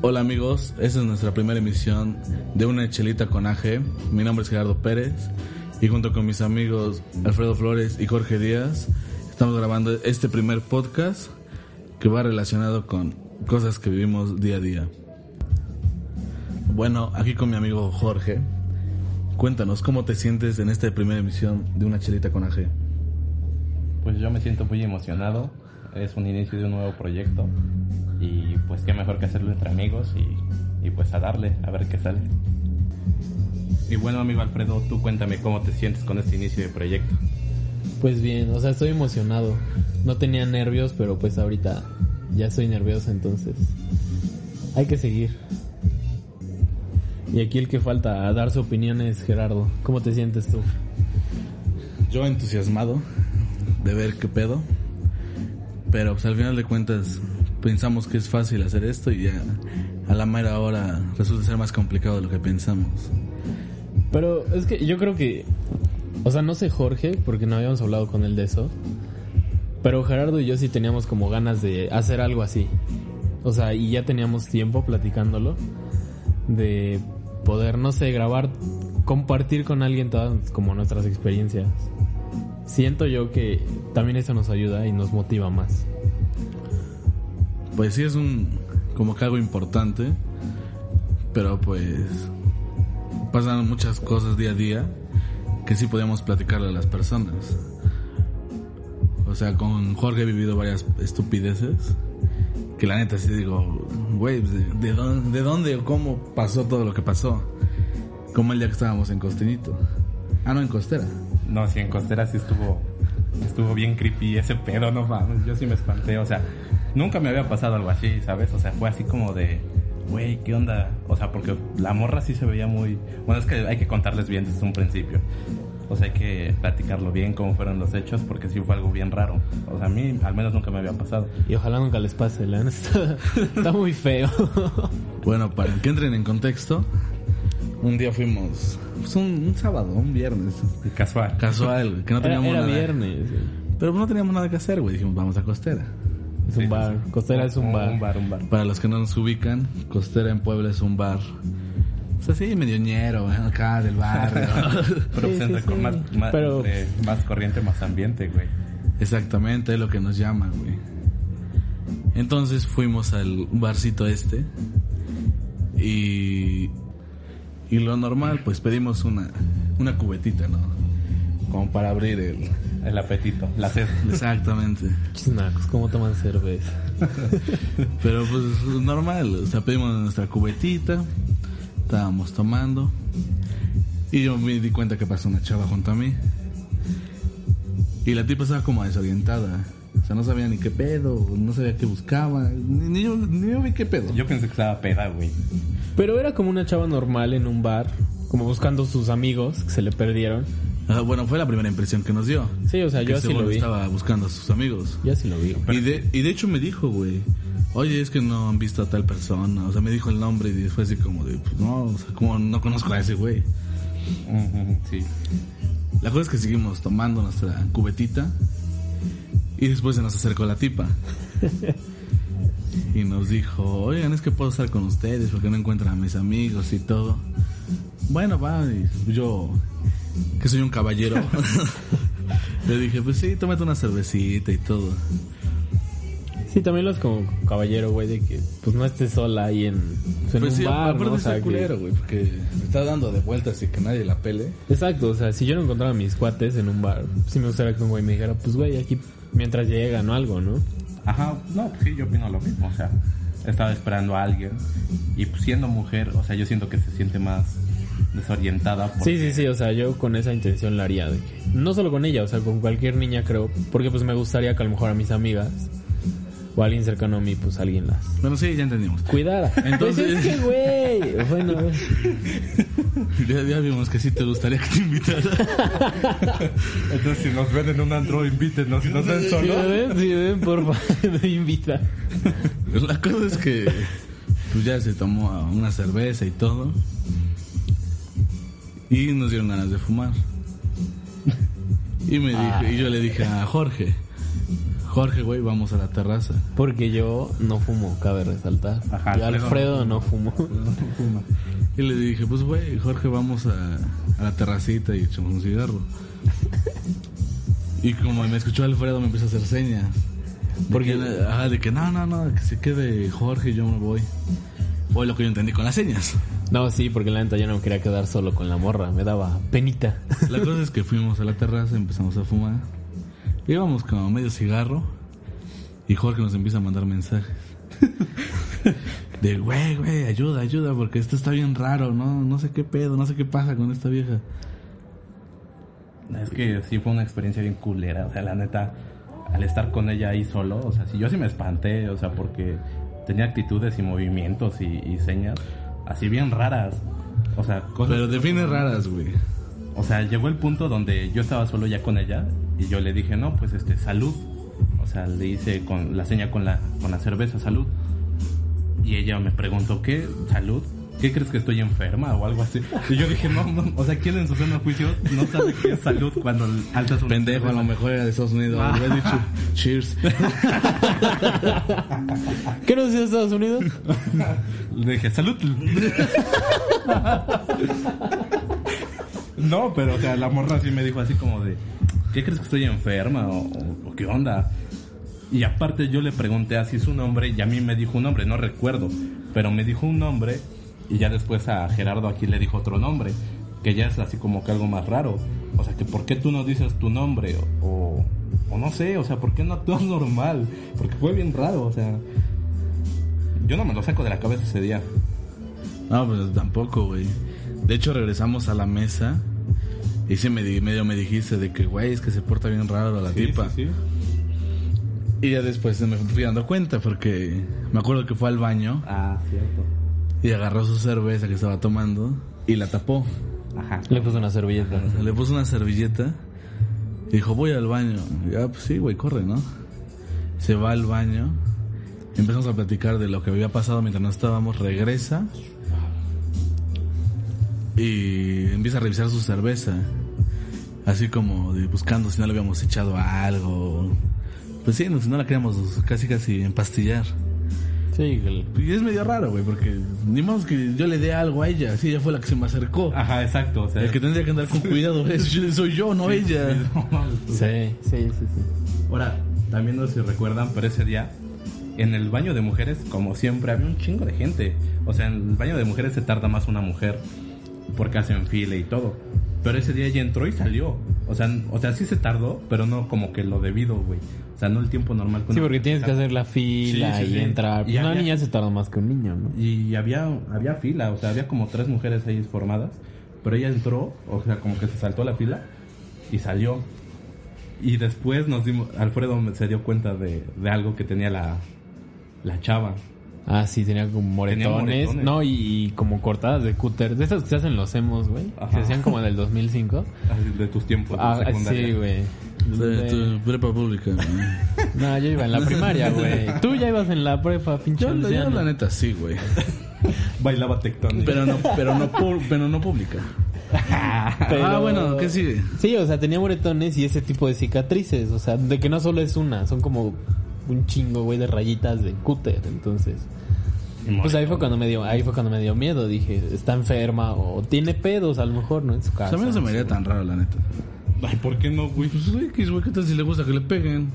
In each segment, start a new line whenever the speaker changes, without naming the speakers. Hola amigos, esta es nuestra primera emisión de Una Chelita con AG. Mi nombre es Gerardo Pérez y junto con mis amigos Alfredo Flores y Jorge Díaz estamos grabando este primer podcast que va relacionado con cosas que vivimos día a día. Bueno, aquí con mi amigo Jorge. Cuéntanos cómo te sientes en esta primera emisión de Una Chelita con AG.
Pues yo me siento muy emocionado. Es un inicio de un nuevo proyecto. Y pues qué mejor que hacerlo entre amigos y, y pues a darle, a ver qué sale. Y bueno, amigo Alfredo, tú cuéntame cómo te sientes con este inicio de proyecto.
Pues bien, o sea, estoy emocionado. No tenía nervios, pero pues ahorita ya estoy nervioso, entonces hay que seguir. Y aquí el que falta a dar su opinión es Gerardo. ¿Cómo te sientes tú?
Yo entusiasmado de ver qué pedo. Pero pues al final de cuentas pensamos que es fácil hacer esto y ya a la mera hora resulta ser más complicado de lo que pensamos.
Pero es que yo creo que, o sea, no sé Jorge, porque no habíamos hablado con él de eso. Pero Gerardo y yo sí teníamos como ganas de hacer algo así. O sea, y ya teníamos tiempo platicándolo de poder, no sé, grabar, compartir con alguien todas como nuestras experiencias. Siento yo que también eso nos ayuda y nos motiva más.
Pues sí es un como que algo importante, pero pues pasan muchas cosas día a día que sí podemos platicarle a las personas. O sea, con Jorge he vivido varias estupideces que la neta sí digo, güey, ¿de, de dónde, de dónde o cómo pasó todo lo que pasó? Como el día que estábamos en Costeñito. Ah, no, en Costera.
No, si en Costera sí estuvo, estuvo bien creepy ese pedo, no mames. Yo sí me espanté, o sea, nunca me había pasado algo así, ¿sabes? O sea, fue así como de, güey, ¿qué onda? O sea, porque la morra sí se veía muy. Bueno, es que hay que contarles bien desde un principio. O sea, hay que platicarlo bien, cómo fueron los hechos, porque sí fue algo bien raro. O sea, a mí al menos nunca me había pasado.
Y ojalá nunca les pase, la neta. Está, está muy feo.
Bueno, para que entren en contexto, un día fuimos, pues un, un sábado, un viernes,
Casual.
casual, que no
Era,
teníamos
era
nada.
viernes. güey.
Pero no teníamos nada que hacer, güey, dijimos, vamos a Costera.
Es
Sí,
un bar.
sí.
Costera es un bar.
Un bar, un bar.
Para los que no nos ubican, Costera en Puebla es un bar. O sea, sí, medio ñero, ¿eh? acá del barrio.
Pero
Sí,
pues,
sí,
entre
sí.
con Más, más,
Pero-
entre más corriente, más ambiente, güey.
Exactamente, es lo que nos llama, güey. Entonces fuimos al barcito este. Y. Y lo normal, pues pedimos una, una cubetita, ¿no? Como para abrir el.
El apetito, la sed.
Exactamente.
Pinches nacos, ¿cómo toman cerveza?
Pero pues normal, o sea, pedimos nuestra cubetita, estábamos tomando. Y yo me di cuenta que pasó una chava junto a mí. Y la tipa estaba como desorientada. O sea, no sabía ni qué pedo, no sabía qué buscaba, ni, ni yo, ni yo vi qué pedo.
Yo pensé que estaba peda, güey.
Pero era como una chava normal en un bar, como buscando sus amigos que se le perdieron.
Ah, bueno, fue la primera impresión que nos dio.
Sí, o sea, yo
Que
así
seguro
lo vi.
estaba buscando a sus amigos.
Yo así lo vi.
Y de, y de hecho me dijo, güey, oye, es que no han visto a tal persona. O sea, me dijo el nombre y fue así como de, pues no, o sea, como no conozco a ese güey.
Ujú, Sí.
La cosa es que seguimos tomando nuestra cubetita y después se nos acercó la tipa. Y nos dijo, oigan, es que puedo estar con ustedes porque no encuentran a mis amigos y todo. Bueno, va, y yo, que soy un caballero, le dije, pues sí, tómate una cervecita y todo.
Sí, también los como caballero, güey, de que pues no estés sola ahí en, pues, en
pues
un
sí,
bar,
aparte
¿no? O
está
sea, que-
culero, güey, porque me está dando de vueltas y que nadie la pele.
Exacto, o sea, si yo no encontraba a mis cuates en un bar, sí me gustaría que un güey me dijera, pues güey, aquí mientras llegan o algo, ¿no?
Ajá, no, pues sí, yo opino lo mismo, o sea, estaba esperando a alguien y pues, siendo mujer, o sea, yo siento que se siente más desorientada.
Sí,
porque-
sí, sí, o sea, yo con esa intención la haría. de que- no solo con ella, o sea, con cualquier niña creo, porque pues me gustaría que a lo mejor a mis amigas o a alguien cercano a mí, pues alguien las
Bueno, sí, ya entendimos.
cuidara.
Entonces-
Pues, es que, güey, bueno,
Ya, ya vimos que sí te gustaría que te invitara.
Entonces, si nos ven en un antro, invítenos, si nos ven
si me ven, si me ven, por favor, me invita.
La cosa es que pues ya se tomó una cerveza y todo. Y nos dieron ganas de fumar. Y me dijo- y yo le dije a Jorge, Jorge, güey, vamos a la terraza.
Porque yo no fumo, cabe resaltar.
Ajá,
yo Alfredo
Alfredo
no fumo.
Y le dije, pues, güey, Jorge, vamos a, a la terracita y echamos un cigarro. Y como me escuchó Alfredo, me empieza a hacer señas.
Porque-
Porque, ajá, de que no, no, no, que se quede Jorge y yo me voy. Fue lo que yo entendí con las señas.
No, sí, porque la neta yo no me quería quedar solo con la morra. Me daba penita.
La cosa es que fuimos a la terraza, empezamos a fumar. Íbamos como medio cigarro. Y Jorge nos empieza a mandar mensajes. De, güey, güey, ayuda, ayuda, porque esto está bien raro, ¿no? No sé qué pedo, no sé qué pasa con esta vieja.
Es que sí fue una experiencia bien culera, o sea, la neta, al estar con ella ahí solo, o sea, sí, yo sí me espanté, o sea, porque tenía actitudes y movimientos y, y señas así bien raras. O sea, cosas,
Pero define raras, güey.
o sea, llegó el punto donde yo estaba solo ya con ella y yo le dije, no, pues este, salud. O sea, le hice con la seña con la, con la cerveza, salud. Y ella me preguntó, ¿qué? ¿Salud? ¿Qué crees que estoy enferma o algo así? Y yo dije, no, no, o sea, ¿quién en su sano juicio no sabe qué es salud cuando altas una
Pendejo, a lo mejor era de Estados Unidos. Le hubiera dicho, cheers.
¿Qué no es de Estados Unidos?
Le dije, salud. no, pero o sea, la morra sí me dijo así como de, ¿qué crees que estoy enferma? ¿O, o- o qué onda? Y aparte yo le pregunté así su nombre y a mí me dijo un nombre, no recuerdo, pero me dijo un nombre y ya después a Gerardo aquí le dijo otro nombre, que ya es así como que algo más raro. O sea, que ¿por qué tú no dices tu nombre? O, o no sé, o sea, ¿por qué no actúas normal? Porque fue bien raro, o sea... Yo no me lo saco de la cabeza ese día.
No, pues tampoco, güey. De hecho, regresamos a la mesa. Y sí, me di- medio me dijiste de que, güey, es que se porta bien raro la tipa. Y ya después me fui dando cuenta porque me acuerdo que fue al baño
Ah, cierto.
y agarró su cerveza que estaba tomando y la tapó.
Ajá.
Le puse una servilleta.
Le puso una servilleta y dijo, voy al baño. Y, ah, pues sí, güey, corre, ¿no? Se va al baño. Empezamos a platicar de lo que había pasado mientras no estábamos. Regresa y empieza a revisar su cerveza. Así como de buscando si no le habíamos echado algo. Pues sí, no, si no la queríamos casi casi empastillar.
Sí, el-
Y es medio raro, güey, porque ni más que yo le dé algo a ella, sí, ella fue la que se me acercó.
Ajá, exacto. O sea,
El que tendría que andar con cuidado es- soy yo, no ella.
sí. Sí, sí, sí.
Ahora, también no sé si recuerdan, pero ese día, en el baño de mujeres, como siempre, había un chingo de gente. O sea, en el baño de mujeres se tarda más una mujer porque hacen fila y todo. Pero ese día ella entró y salió. O sea, n- o sea sí se tardó, pero no como que lo debido, güey. O sea, no el tiempo normal. que una
porque tienes que
mujer-
hacer la fila
Sí, sí,
y
sí.
entrar.
Y
una
había-
niña se tarda más que un niño, ¿no?
Y había, había fila, o sea, había como tres mujeres ahí formadas, pero ella entró, o sea, como que se saltó la fila y salió. Y después nos dimos, Alfredo me- se dio cuenta de, de algo que tenía la, la chava.
Ah, sí, tenía como moretones.
Tenía moretones.
No, y, y como cortadas de cúter. De esas que se hacen los emos, güey.
Ajá.
Se hacían como del 2005.
Así, De tus tiempos de
Ah,
secundaria.
sí, güey.
De
De-
tu prepa pública. ¿no?
No, yo iba en la primaria, güey. Tú ya ibas en la prepa, pinche
Yo, yo,
anciano.
la neta sí, güey.
Bailaba tectónica.
Pero no, pero no, pu- pero no pública.
Pero-
Ah, bueno, ¿qué sigue?
Sí, o sea, tenía moretones y ese tipo de cicatrices. O sea, de que no solo es una, son como un chingo, güey, de rayitas de cúter. Entonces, pues ahí fue cuando me dio, ahí fue cuando me dio miedo. Dije, está enferma o tiene pedos, a lo mejor, ¿no? En su
O
casa.
sea, a mí no se me haría tan raro, la neta.
Ay, ¿por qué no, güey?
Pues, güey, ¿qué, güey, ¿qué tal si le gusta que le peguen?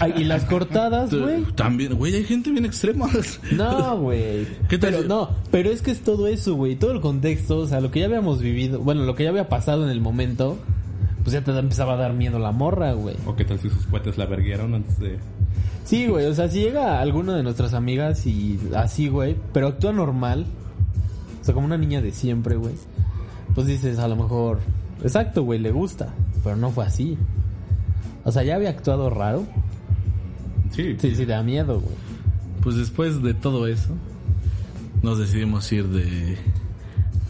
Ay, y las cortadas, güey.
También, Pues, güey, hay gente bien extrema.
No, güey.
¿Qué tal
Pero,
si-
no, pero es que es todo eso, güey. Todo el contexto, o sea, lo que ya habíamos vivido, bueno, lo que ya había pasado en el momento, pues ya te da- empezaba a dar miedo la morra, güey.
¿O qué tal si sus cuates la verguieron antes de...?
Sí, güey, o sea, si llega alguna de nuestras amigas y así, güey, pero actúa normal, o sea, como una niña de siempre, güey, pues dices, a lo mejor, exacto, güey, le gusta, pero no fue así. O sea, ya había actuado raro.
Sí.
Sí, sí, da miedo, güey.
Pues después de todo eso, nos decidimos ir de,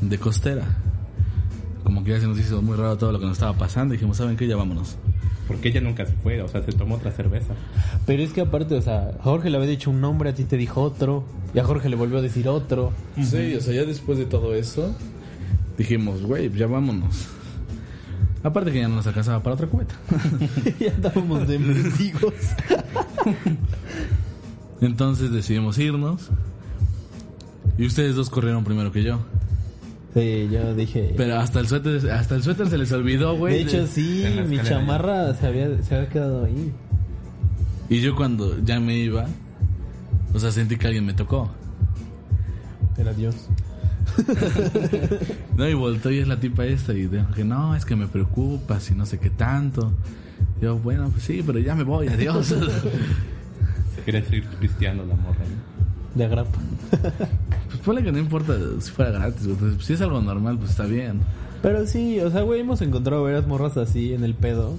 de costera. Como que ya se nos hizo muy raro todo lo que nos estaba pasando. Dijimos, ¿saben qué? Ya vámonos.
Porque ella nunca se fue, o sea, se tomó otra cerveza.
Pero es que aparte, o sea, a Jorge le había dicho un nombre, a ti te dijo otro, y a Jorge le volvió a decir otro.
Sí, o sea, ya después de todo eso, dijimos, güey, ya vámonos. Aparte que ya no nos alcanzaba para otra cubeta.
ya estábamos de mendigos.
Entonces decidimos irnos. Y ustedes dos corrieron primero que yo.
Sí, yo dije.
Pero hasta el suéter, hasta el suéter se les olvidó, güey.
de hecho, sí,
en la
mi
escalera.
chamarra se había, se había quedado ahí.
Y yo cuando ya me iba, o sea, sentí que alguien me tocó.
Era Dios.
No, y voltó y es la tipa esta y dijo que no, es que me preocupas y no sé qué tanto. Yo, bueno, pues sí, pero ya me voy, adiós.
Se quería seguir pisteando la morra. ¿no?
De agrapa.
pues ponle que no importa si fuera gratis, güey. Entonces, si es algo normal, pues está bien.
Pero sí, o sea, güey, hemos encontrado varias morras así en el pedo.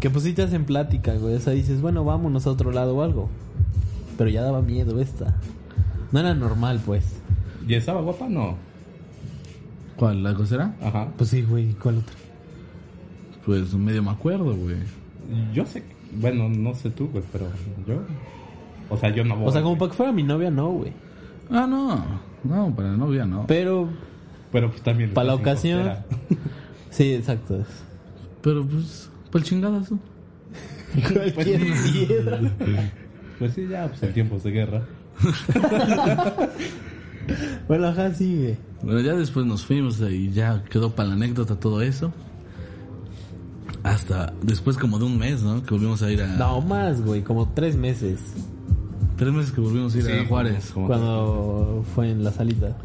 Que pues sí te hacen plática, güey. O sea, dices, bueno, vámonos a otro lado o algo. Pero ya daba miedo esta. No era normal, pues.
¿Y estaba guapa? No.
¿Cuál? ¿La cosera?
Ajá.
Pues sí, güey, ¿cuál otra?
Pues medio me acuerdo, güey.
Yo sé, que- bueno, no sé tú, güey, pero yo. O sea, yo no voy.
O sea, como
güey.
para que fuera mi novia, no, güey.
Ah, no. No, para la novia no.
Pero,
Pero pues también.
pa' la
estás en
ocasión.
costera.
sí, exacto.
Pero pues, por el chingadazo. Pues
Cualquier piedra.
Pues sí, ya, pues en tiempos de guerra.
Bueno, ajá, sí, güey.
Bueno, ya después nos fuimos y ya quedó para la anécdota todo eso. Hasta después como de un mes, ¿no? Que volvimos a ir a...
No, más, güey, como tres meses.
Tres meses que volvimos a ir a
Sí,
Juárez.
como- como-
Cuando fue en la salita.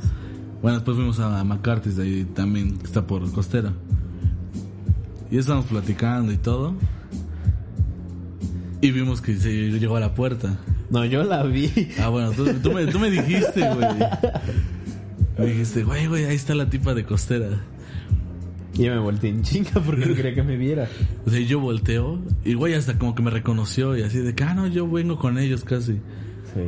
Bueno, después fuimos a McCarthy's, de ahí también que está por Costera. Y estábamos platicando y todo. Y vimos que se llegó a la puerta.
No, yo la vi.
Ah, bueno, tú, tú me, tú me dijiste, güey. Me dijiste, güey, güey, ahí está la tipa de Costera.
Y yo me volteé en chinga porque no quería que me viera.
O sea, yo volteo y, güey, hasta como que me reconoció y así de que, ah, no, yo vengo con ellos casi.
Sí.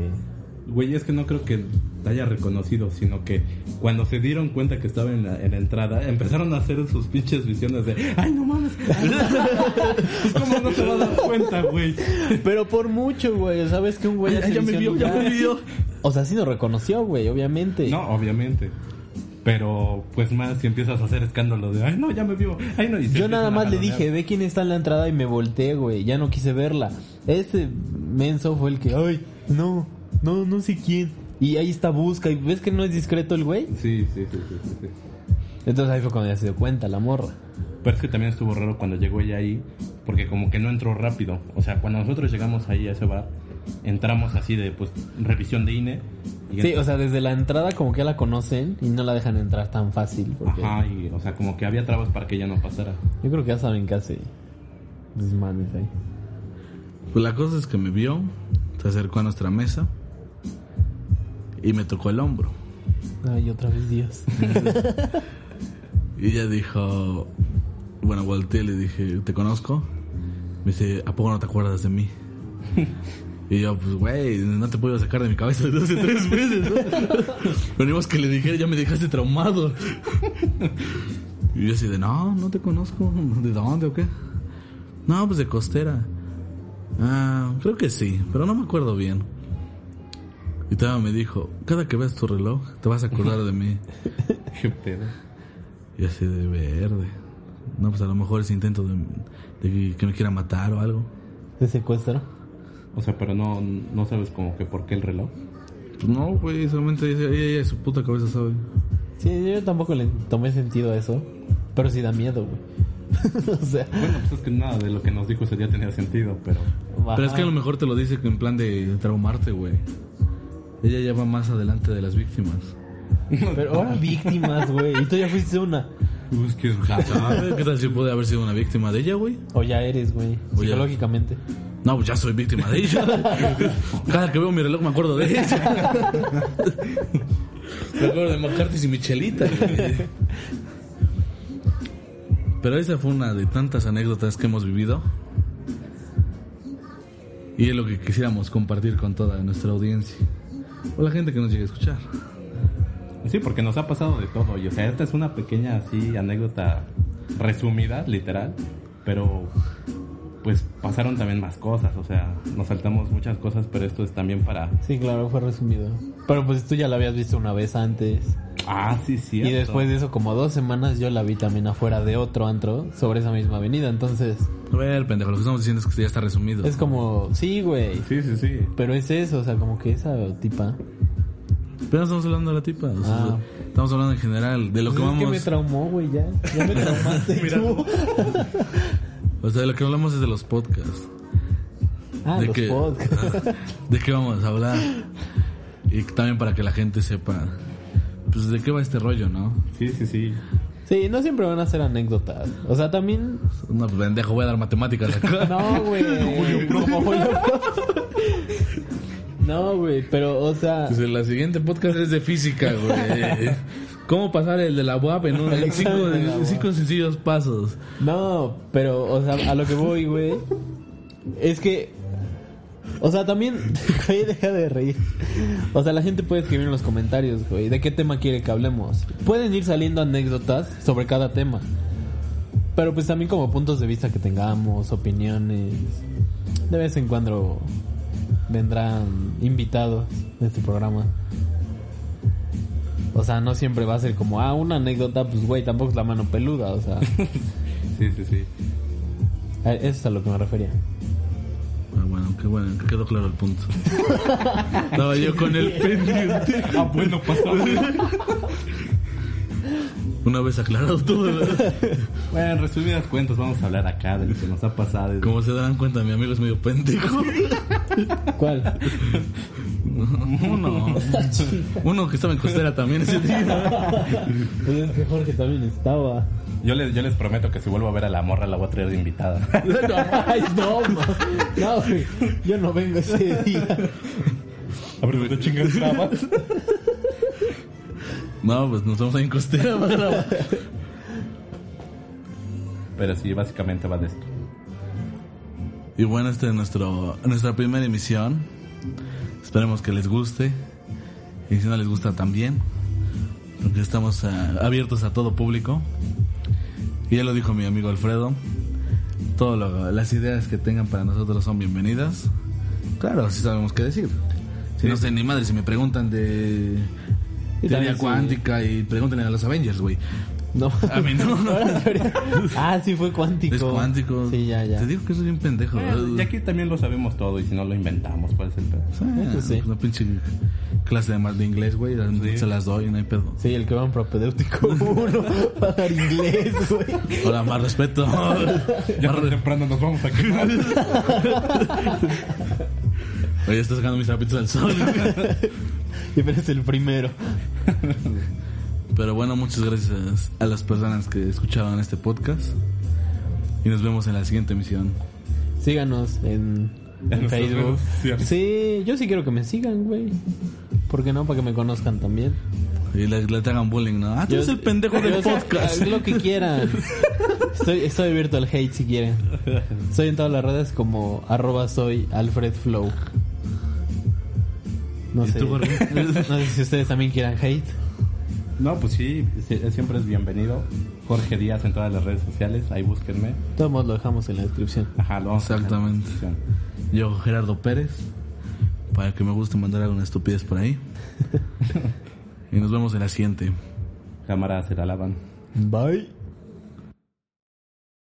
Güey, es que no creo que la haya reconocido, sino que cuando se dieron cuenta que estaba en la, en la entrada, empezaron a hacer sus pinches visiones de, ay, no mames, ay, no mames". pues cómo no se va a dar cuenta, güey.
Pero por mucho, güey. Sabes que un güey
Ay,
hace
ya me
visión
vio, ya
local.
me vio.
O sea, sí nos reconoció, güey, obviamente.
No, obviamente. Pero, pues más, si empiezas a hacer escándalo de, ay, no, ya me vio, ay, no. y se
Yo
empiezan
nada
a
más le
jalonear.
dije, ve quién está en la entrada y me volteé, güey. Ya no quise verla. Este menso fue el que, ay, no, no, no sé quién. Y ahí está, busca. Y ves que no es discreto el güey.
Sí, sí, sí, sí, sí, sí.
Entonces ahí fue cuando ya se dio cuenta la morra.
Pero es que también estuvo raro cuando llegó ella ahí, porque como que no entró rápido. O sea, cuando nosotros llegamos ahí a ese bar, entramos así de, pues, revisión de INE. y
Sí, o sea, desde la entrada como que ya la conocen y no la dejan entrar tan fácil. Porque
Ajá, y, o sea, como que había trabas para que ella no pasara.
Yo creo que ya saben casi desmanes ahí.
Pues la cosa es que me vio, se acercó a nuestra mesa y me tocó el hombro.
Ay, otra vez Dios.
Y ella dijo, bueno, volteé y le dije, ¿te conozco? Me dice, ¿a poco no te acuerdas de mí? Y yo, pues, güey, no te puedo sacar de mi cabeza desde hace tres meses, ¿no? Venimos que le dijera, ya me dejaste traumado. Y yo así de, no, no te conozco. ¿De dónde o qué? No, pues de costera. Ah, creo que sí, pero no me acuerdo bien. Y todavía me dijo, cada que veas tu reloj, te vas a acordar de mí.
Qué pedo.
Y así de verde. No, pues a lo mejor es intento de, de que- que me quiera matar o algo.
Se secuestró.
O sea, pero no, no sabes como que por qué el reloj.
Pues no, güey, solamente dice, ella, ella, su puta cabeza sabe.
Sí, yo tampoco le tomé sentido a eso. Pero sí da miedo, güey. o sea.
Bueno, pues es que nada de lo que nos dijo ese día tenía sentido, pero...
Pero es
ajá.
que a lo mejor te lo dice que en plan de traumarte, güey. Ella ya va más adelante de las víctimas.
Pero ahora víctimas, güey. Y tú ya fuiste una.
Pues que...
¿Sabes qué tal si pude haber sido una víctima de ella, güey?
O ya eres, güey.
Oye.
Psicológicamente.
No, pues ya soy víctima de ella. Cada que veo mi reloj me acuerdo de ella. me acuerdo de McCarthy y Michelita. güey. Pero esa fue una de tantas anécdotas que hemos vivido. Y es lo que quisiéramos compartir con toda nuestra audiencia. O la gente que nos llegue a escuchar.
Sí, porque nos ha pasado de todo. Y o sea, esta es una pequeña así anécdota resumida, literal. Pero pues pasaron también más cosas. O sea, nos saltamos muchas cosas, pero esto es también para...
Sí, claro, fue resumido. Pero pues tú ya la habías visto una vez antes.
Ah, sí, sí.
Y después de eso, como dos semanas, yo la vi también afuera de otro antro sobre esa misma avenida. Entonces,
A ver, pendejo, lo que estamos diciendo es que ya está resumido.
es como, sí, güey.
Sí, sí, sí.
Pero es eso, o sea, como que esa tipa.
Pero no estamos hablando de la tipa. o sea,
Ah.
Estamos hablando en general. De lo que
Pues es
vamos.
que me traumó, güey, ya. Ya me traumaste tú.
o sea, de lo que hablamos es de los podcasts.
Ah,
de
los
que-
podcasts.
¿De qué vamos a hablar? Y también para que la gente sepa. Pues de qué va este rollo, ¿no?
Sí, sí, sí.
Sí, no siempre van a ser anécdotas. O sea, también.
No, pues, pendejo, voy a dar matemáticas acá.
No, güey. Como Julio Pro. No, güey, pero, o sea.
Pues el siguiente podcast es de física, güey. ¿Cómo pasar el de la UAP en, un- en cinco,
El de la
en cinco sencillos pasos?
No, pero, o sea, a lo que voy, güey. Es que. O sea, también. Güey, deja de reír. O sea, la gente puede escribir en los comentarios, güey, de qué tema quiere que hablemos. Pueden ir saliendo anécdotas sobre cada tema. Pero pues también como puntos de vista que tengamos, opiniones. De vez en cuando vendrán invitados de este programa. O sea, no siempre va a ser como, ah, una anécdota, pues güey, tampoco es la mano peluda, o sea.
Sí, sí, sí.
A- Eso es a lo que me refería.
Ah, bueno, qué bueno, que quedó claro el punto. Estaba yo con el pendiente.
Ah, bueno, pasó.
Una vez aclarado todo, ¿verdad?
Bueno, en resumidas cuentas, vamos a hablar acá de lo que nos ha pasado.
como se darán cuenta, mi amigo es medio pendejo.
¿Cuál?
Uno, uno que estaba en costera también ese día.
Pues es que Jorge también estaba.
Yo les, yo les prometo que si vuelvo a ver a la morra, la voy a traer de invitada.
No, ay, no, ma. no, güey. yo no vengo ese día.
Abre de chingas trabas.
No, pues nos vamos ahí en costera. va a grabar.
Pero sí, básicamente va de esto.
Y bueno, esta es nuestro, nuestra primera emisión. Esperemos que les guste. Y si no les gusta también. Porque estamos ah, abiertos a todo público. Y ya lo dijo mi amigo Alfredo. Todas las ideas que tengan para nosotros son bienvenidas. Claro, si sabemos qué decir. Si no sé ni madre, si me preguntan de
Y
teoría
también si-
cuántica y pregúntenle a los Avengers, güey.
No.
A mí no, no.
Ah, sí, fue cuántico.
Es cuántico.
Sí, ya, ya.
Te digo que soy un pendejo.
Bueno, y aquí también lo sabemos todo, y si no lo inventamos, ¿cuál es el pedo?
Sí,
Eso sí.
Ah, Una pinche clase de, más de inglés, güey. las-
Sí.
Se las doy, no hay pedo.
Sí, el que va en propedéutico uno para dar inglés, güey.
Hola, más respeto.
Ya
Más
tan
re-
temprano nos vamos a quemar.
Oye, estás sacando mis zapitos al sol.
Y pero es el primero.
Pero bueno, muchas gracias a las personas que escucharon este podcast. Y nos vemos en la siguiente emisión.
Síganos en,
En
en
nuestras
Facebook.
redes sociales.
Sí, yo sí quiero que me sigan, güey. ¿Por qué no? Para que me conozcan también.
Y le, le te hagan bullying, ¿no? Ah, tú
Yo-
eres el pendejo del
yo sé-
podcast.
haz lo que quieran. Estoy, estoy abierto al hate si quieren. Soy en todas las redes como arroba soy Alfred Flow. No
¿Y
sé.
tú, Jorge?
no sé si ustedes también quieran hate.
No, pues sí, sí, siempre es bienvenido. Jorge Díaz en todas las redes sociales, ahí búsquenme.
De Todos modos lo dejamos en la descripción.
Ajá, lo vamos a dejar en la
Exactamente.
descripción.
Yo, Gerardo Pérez. Para que me guste mandar alguna estupidez por ahí. y nos vemos en la siguiente.
Cámara se la lavan.
Bye.